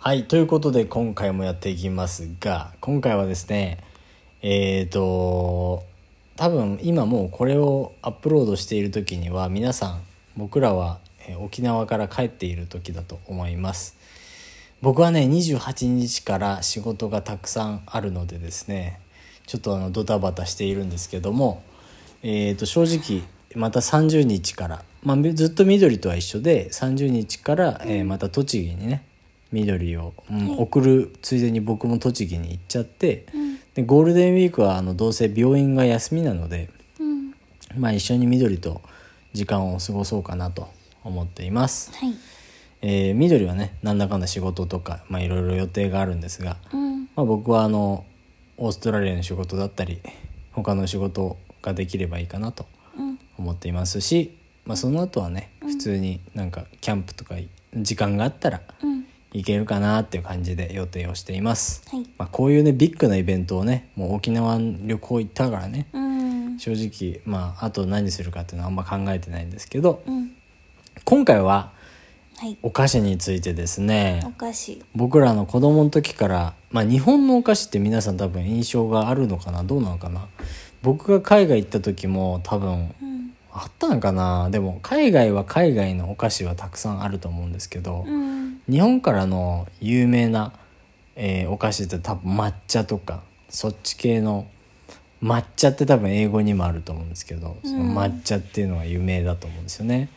はい、ということで今回もやっていきますが、今回はですね、えっ、と、多分今もうこれをアップロードしている時には皆さん、僕らはえー沖縄から帰っている時だと思います。僕はね、28日から仕事がたくさんあるのでですね、ちょっとあのドタバタしているんですけども、えー、と正直また30日から、まあ、みずっと緑とは一緒で30日から、えーまた栃木にね緑を、うん送るついでに僕も栃木に行っちゃって、でゴールデンウィークはあのどうせ病院が休みなので、うんまあ、一緒に緑と時間を過ごそうかなと思っています。はいえー緑はねなんだかんだ仕事とか、まあ、いろいろ予定があるんですが、うんまあ、僕はあのオーストラリアの仕事だったり他の仕事ができればいいかなとうん思っていますし、まあ、その後はね普通になんかキャンプとかい時間があったらうん行けるかなっていう感じで予定をしています、はいまあ、こういうねビッグなイベントをねもう沖縄旅行行ったからねうん正直まああと何するかっていうのはあんま考えてないんですけどうん今回ははいお菓子についてですねお菓子僕らの子供の時から、まあ、日本のお菓子って皆さん多分印象があるのかなどうなのかな僕が海外行った時も多分うんあったのかなでも海外は海外のお菓子はたくさんあると思うんですけど、うん日本からの有名な、えーお菓子って多分抹茶とかそっち系の抹茶って多分英語にもあると思うんですけど、その抹茶っていうのが有名だと思うんですよね。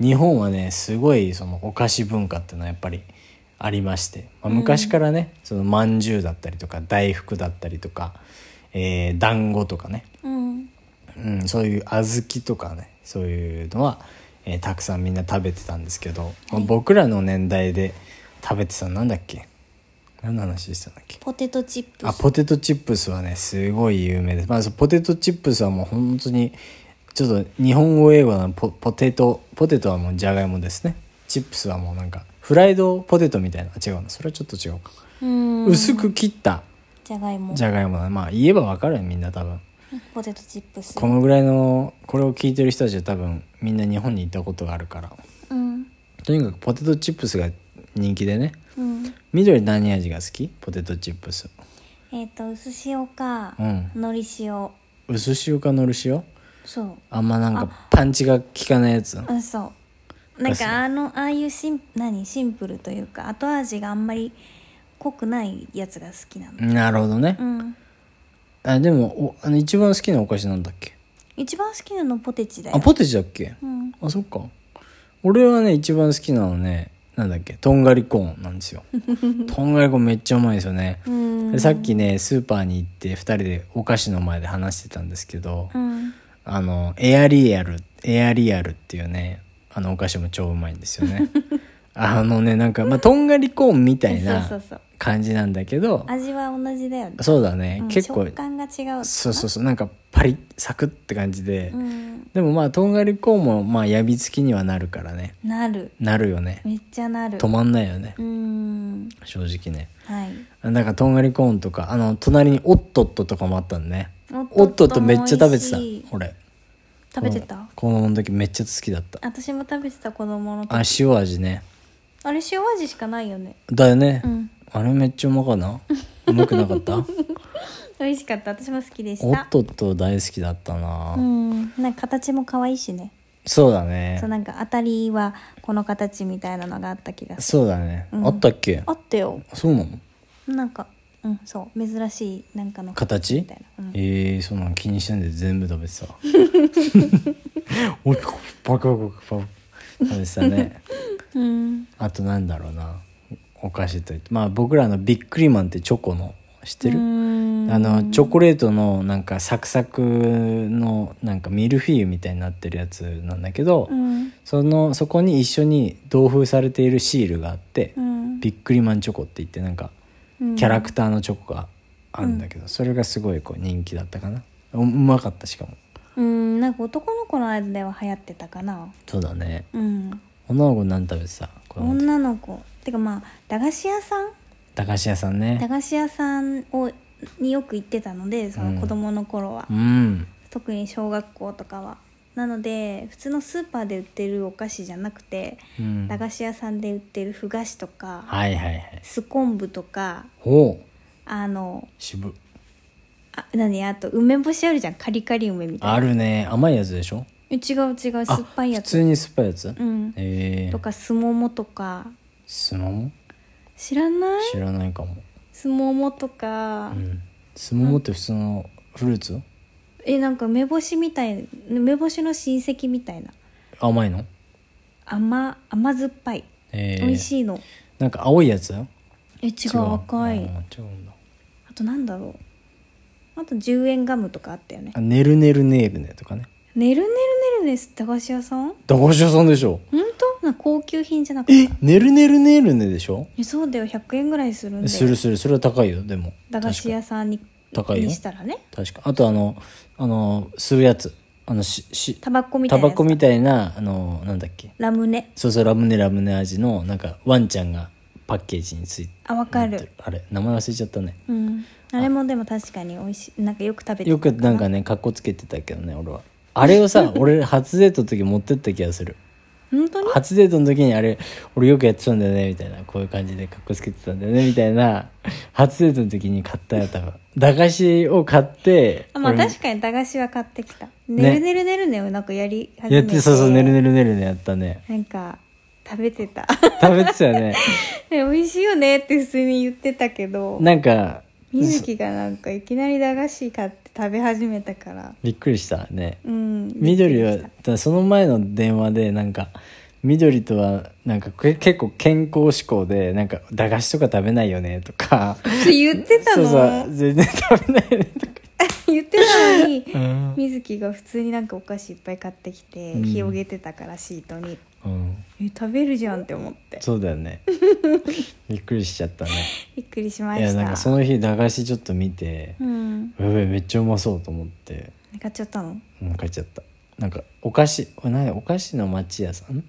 日本はねすごいそのお菓子文化っていうのはやっぱりありまして、まあ、昔からね、そのまんじゅうだったりとか大福だったりとか、えー、団子とかね、うんうん、そういう小豆とかねそういうのは、えーたくさんみんな食べてたんですけど、まあ僕らの年代で食べてたのなんだっけ何の話したんだっけポテトチップあポテトチップスはねすごい有名です、まあ、そうポテトチップスはもう本当にちょっと日本語英語のポポテトポテトはもうじゃがいもですねチップスはもうなんかフライドポテトみたいなあ違うなそれはちょっと違うか、うん薄く切ったじゃがいもじゃがいもだまあ言えばわかるよみんな多分ポテトチップスこのぐらいのこれを聞いてる人たちは多分みんな日本に行ったことがあるからうんとにかくポテトチップスが人気でねうん緑何味が好きポテトチップスえっと薄塩かうんのり塩薄塩かのる塩そうあんまなんかパンチが効かないやつうんそうなんそうかあのああいうシン何シンプルというか後味があんまり濃くないやつが好きなのなるほどねうんあでもおあの一番好きなお菓子なんだっけ一番好きなのポテチだあよポテチだっけうんあそっか俺はね一番好きなのねなんだっけとんがりコーンなんです よとんがりコーンめっちゃうまいんですよねうんでさっきねスーパーに行って2人でお菓子の前で話してたんですけど、うんあのエアリアルエアリアルっていうねあのお菓子も超うまいんですよ ねあのねなんか、まあ、とんがりコーンみたいそうなそうそう感じなんだけど味は同じだよね、そうだね、うん結構食感が違うそうそうそうなんかパリッサクッって感じで、うんでもまあとんがりコーンもまあやびつきにはなるからねなるなるよねめっちゃなる止まんないよねうーん正直ねはいなんかとんがりコーンとかあの隣にオットットとかもあったんねおおっとっとめっちゃ食べてた俺食べてた、子供の時めっちゃ好きだった私も食べてた子供の時あ塩味ねあれ塩味しかないよねだよね、うんあれめっちゃうまか なうまくなかった美味しかった私も好きでしおたっとっと大好きだったな、うんなんか形も可愛いしねそうだねそうなんか当たりはこの形みたいなのがあった気がすそうだね、うんあったっけるあったよそうなのなんかうんそう珍しいなんかの形みたいな、うんえー、そんなの気にしないで全部食べてた おいバクバクバクバク食べてたねうんあとなんだろうなお菓子といってまあ僕らのビックリマンってチョコの知ってる、うんあのチョコレートのなんかサクサクのなんかミルフィーユみたいになってるやつなんだけど、うんそのそこに一緒に同封されているシールがあって、うんビックリマンチョコって言ってなんかうんキャラクターのチョコがあるんだけど、それがすごいこう人気だったかなううまかったしかもうんなんか男の子の間では流行ってたかなそうだねうん女の子何食べてたこの女の子てかまあ駄菓子屋さん駄菓子屋さん駄ね菓子屋さんをによく行ってたのでそうんの子供の頃は、うん特に小学校とかはなので普通のスーパーで売ってるお菓子じゃなくて、うん駄菓子屋さんで売ってるふ菓子とか、はいはいはい酢昆布とかおうあの渋あ何あと梅干しあるじゃんカリカリ梅みたいなあるね甘いやつでしょえ違う違う酸っぱいやあ普つ通に酸っぱいやつ、うんえとー、かすももとかすもも知らない知らないかもすももとか、うんすももって普通のフルーツえなんか梅干しみたい梅干しの親戚みたいな甘いの甘甘酸っぱい、えー、美味しいのなんか青いやつ違え違う赤いあー違うんだあとなんだろうあと10円ガムとかあったよねあねるねるねるねとかねねるねるねるねす駄菓子屋さん駄菓子屋さんでしょほんとなんか高級品じゃなかっえたねるねるねるねでしょえそうだよ100円ぐらいするんでするするそれは高いよでも駄菓子屋さんに確かに高いよにしたらね確かあとあのあの吸うやつあのししタバコみたタいなバやつコみたいなあのなんだっけラムネそうそうラムネラムネ味のなんかワンちゃんがパッケージについてあわかるあれ名前忘れちゃったねうんあれもでも確かに美味しいなんかよく食べてたよくなんかねかっこつけてたけどね俺はあれを さ俺初デートの時持ってった気がする本当に初デートの時にあれ俺よくやってたんだよねみたいなこういう感じでかっこつけてたんだよねみたいな初デートの時に買ったよ多分駄菓子を買ってあまあ俺確かに駄菓子は買ってきた「ねねるねるねるね」をなんかやり始めてやってそうそうねるねるねるねやったねなんか食べてた 食べてたよねね美味しいよねって普通に言ってたけどなんか水木がなんかいきなり駄菓子買って食べ始めたからびっくりしたねうん緑はだその前の電話でなんか緑とはなんかけ結構健康志向でなんか駄菓子とか食べないよねとかそれ言ってたのそうそう全然食べないよねとか 言ってたのにうん水木が普通になんかお菓子いっぱい買ってきて、うん広げてたからシートにうんえ食べるじゃんって思ってそうだよねびっくりしちゃったねびっくりしまいしたやなんかその日駄菓子ちょっと見てうんやべえめっちゃうまそうと思って買っちゃったのもう帰っちゃったなんかお菓子これ何お菓子の町屋さん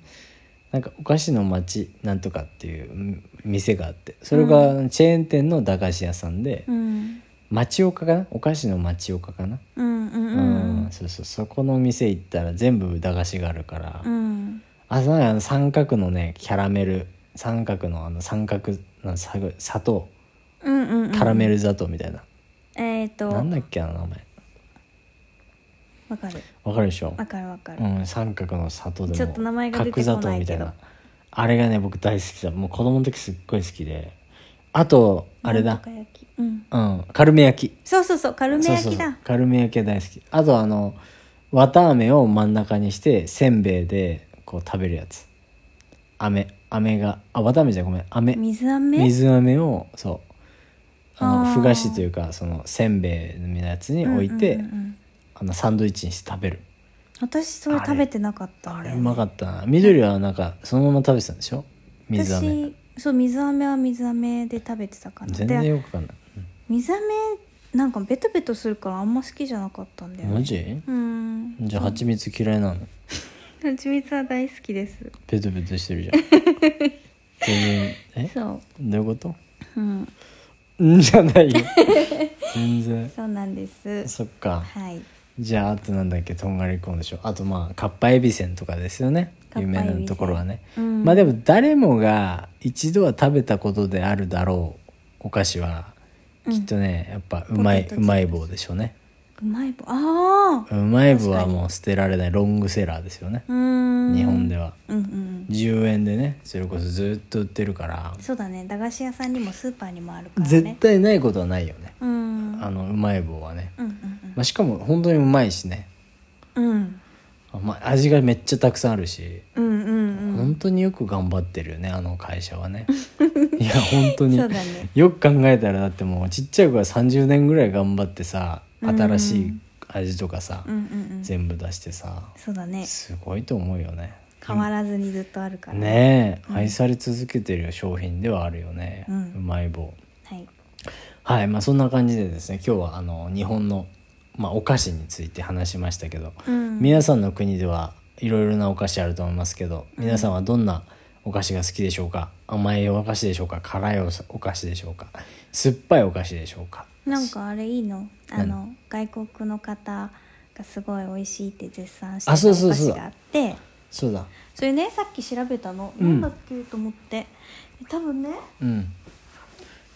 なんかお菓子の町なんとかっていうん店があってそれがチェーン店の駄菓子屋さんで、うん町岡かなお菓子の町岡かなうんううんうんうんそうそうそこの店行ったら全部駄菓子があるから、うんあなんかあの三角のねキャラメル三角のあの三角なさ砂糖うんうんうんカラメル砂糖みたいな、えっ、ー、となんだっけあの名前わかるわかるでしょわかるわかる、うん、三角の砂糖でもちょっと名前が出てこないけど角砂糖みたいなあれがね僕大好きだもう子供の時すっごい好きであとあれなだんとか焼きうんうんカルメ焼きそうそうそうカルメ焼そうきそうそうだカルメ焼きが大好きあとあの綿飴を真ん中にしてせんべいでこう食べるやつ飴飴があ綿飴じゃないごめん飴水飴水飴をそうあのあーふ菓子というかそのせんべいのやつに置いて、うんうんうんうんあのサンドイッチにして食べる私それ食べてなかったあんだれようまかったな緑はなんかそのまま食べてたんでしょ水飴私そう水飴は水飴で食べてたかな全然でよくわかんない水飴なんかベトベトするからあんま好きじゃなかったんだよ、ね、マジうんじゃあ蜂蜜嫌いなの蜂蜜は大好きですベトベトしてる じゃん全然えそうどういう ことうんんじゃない よ全然そうなんですそっかはいじゃああとなんだっけとんがりコーンでしょあとまあかっぱえびせんとかですよねかっぱえ有びせ名んなところはね、うんまあでも誰もが一度は食べたことであるだろうお菓子はうんきっとね、やっぱうまいポテトチップうまい棒でしょうねうまい棒ああうまい棒はもう捨てられないロングセラーですよねうーん日本ではうんうん10円でねそれこそずっと売ってるからそうだね駄菓子屋さんにもスーパーにもあるからね絶対ないことはないよねうんうんあのうまい棒はね、うんまあ、しかも本当にうまいしねうんうんあまあ味がめっちゃたくさんあるし、うんうん本当によく頑張ってるよねあの会社は ねいや本当うんにそうだねよく考えたらだってもうちっちゃい子が30年ぐらい頑張ってさ新しい味とかさ、うんうんうん全部出してさそうだねすごいと思うよね変わらずにずっとあるからねえ、愛され続けてる商品ではあるよね、ううんまい棒はいはいまあそんな感じでですね今日はあの日本の、まあ、お菓子について話しましたけど、うん皆さんの国ではいろいろなお菓子あると思いますけど皆さんはどんなお菓子が好きでしょうか甘いお菓子でしょうか辛いおお菓子でしょうか酸っぱいお菓子でしょうかなんかあれいいのあの外国の方がすごい美味しいって絶賛してあたそうおそう菓そう子があってそうだそれねさっき調べたの、うんなんだっけと思って多分ねうん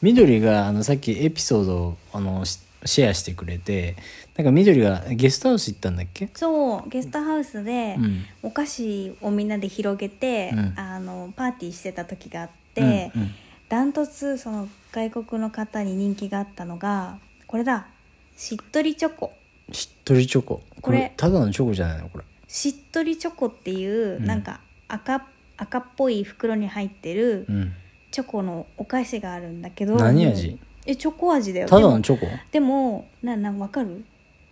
緑があのさっきエピソードをあのしシェアしてくれてなんか緑がゲストハウス行ったんだっけそうゲストハウスでうんお菓子をみんなで広げて、うんあのパーティーしてた時があって、うんうんダントツその外国の方に人気があったのがこれだしっとりチョコしっとりチョコここれれただのチョコじゃないのこれしっとりチョコっていう、うんなんか赤赤っぽい袋に入ってるうんチョコのお菓子があるんだけど何味えチョコ味だよただでのもチョコでもななわかる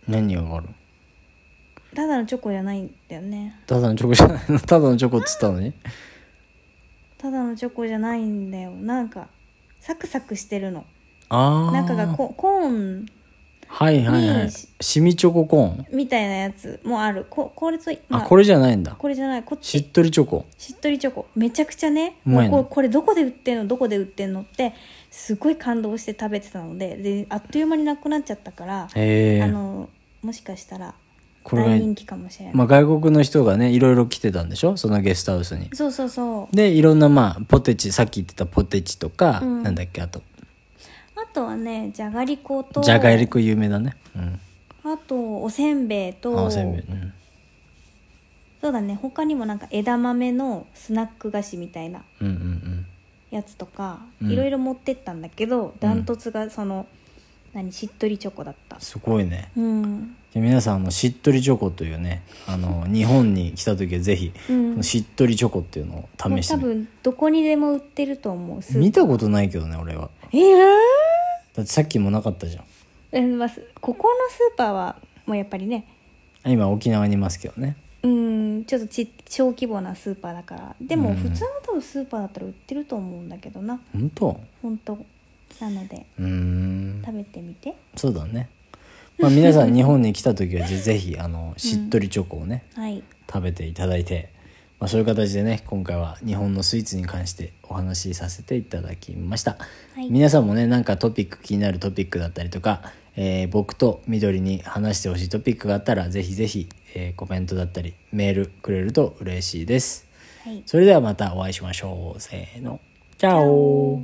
何があるただのチョコじゃないんだよねただのチョコじゃないの ただのチョコっつったのにただのチョコじゃないんだよなんかサクサクしてるのああ中がココーンはいはいはにいシミチョココーンみたいなやつもあるここれと、まあこれじゃないんだこれじゃないこっしちっとりチョコしっとりチョコめちゃくちゃねうまいのもうここれどこで売ってんのどこで売ってんのってすごい感動して食べてたのでであっという間になくなっちゃったから、へあえのもしかしたらこれが大人気かもしれない、まあ、外国の人がねいろいろ来てたんでしょそのゲストハウスにそうそうそうでいろんなまあポテチさっき言ってたポテチとか、うんなんだっけあとあとはねじゃがりことじゃがりこ有名だねうんあとおせんべいとあおせんべい、うんそうだね他にもなんか枝豆のスナック菓子みたいなうんうんやつとか、うんいろいろ持ってったんだけどダントツがその、何しっとりチョコだったうんすごいねうんで皆さんあのしっとりチョコというねあの日本に来た時はぜひ、うんこのしっとりチョコっていうのを試してもうみ多分どこにでも売ってると思うスー見たことないけどね俺はえーだってさっきもなかったじゃんうんまあすここのスーパーはもうやっぱりねあ今沖縄にいますけどねうんちょっとち小規模なスーパーだからでうもん普通の多分スーパーだったら売ってると思うんだけどな本当本当なのでうーん食べてみてそうだねまあ皆さん日本に来た時はぜぜひあのしっとりチョコをね、はい食べていただいて、まあ、そういう形でね今回は日本のスイーツに関してお話しさせていただきました、はい皆さんもねなんかトピック気になるトピックだったりとか、えー僕と緑に話してほしいトピックがあったらぜひぜひ、えーコメントだったりメールくれると嬉しいですはいそれではまたお会いしましょうせーのチャオ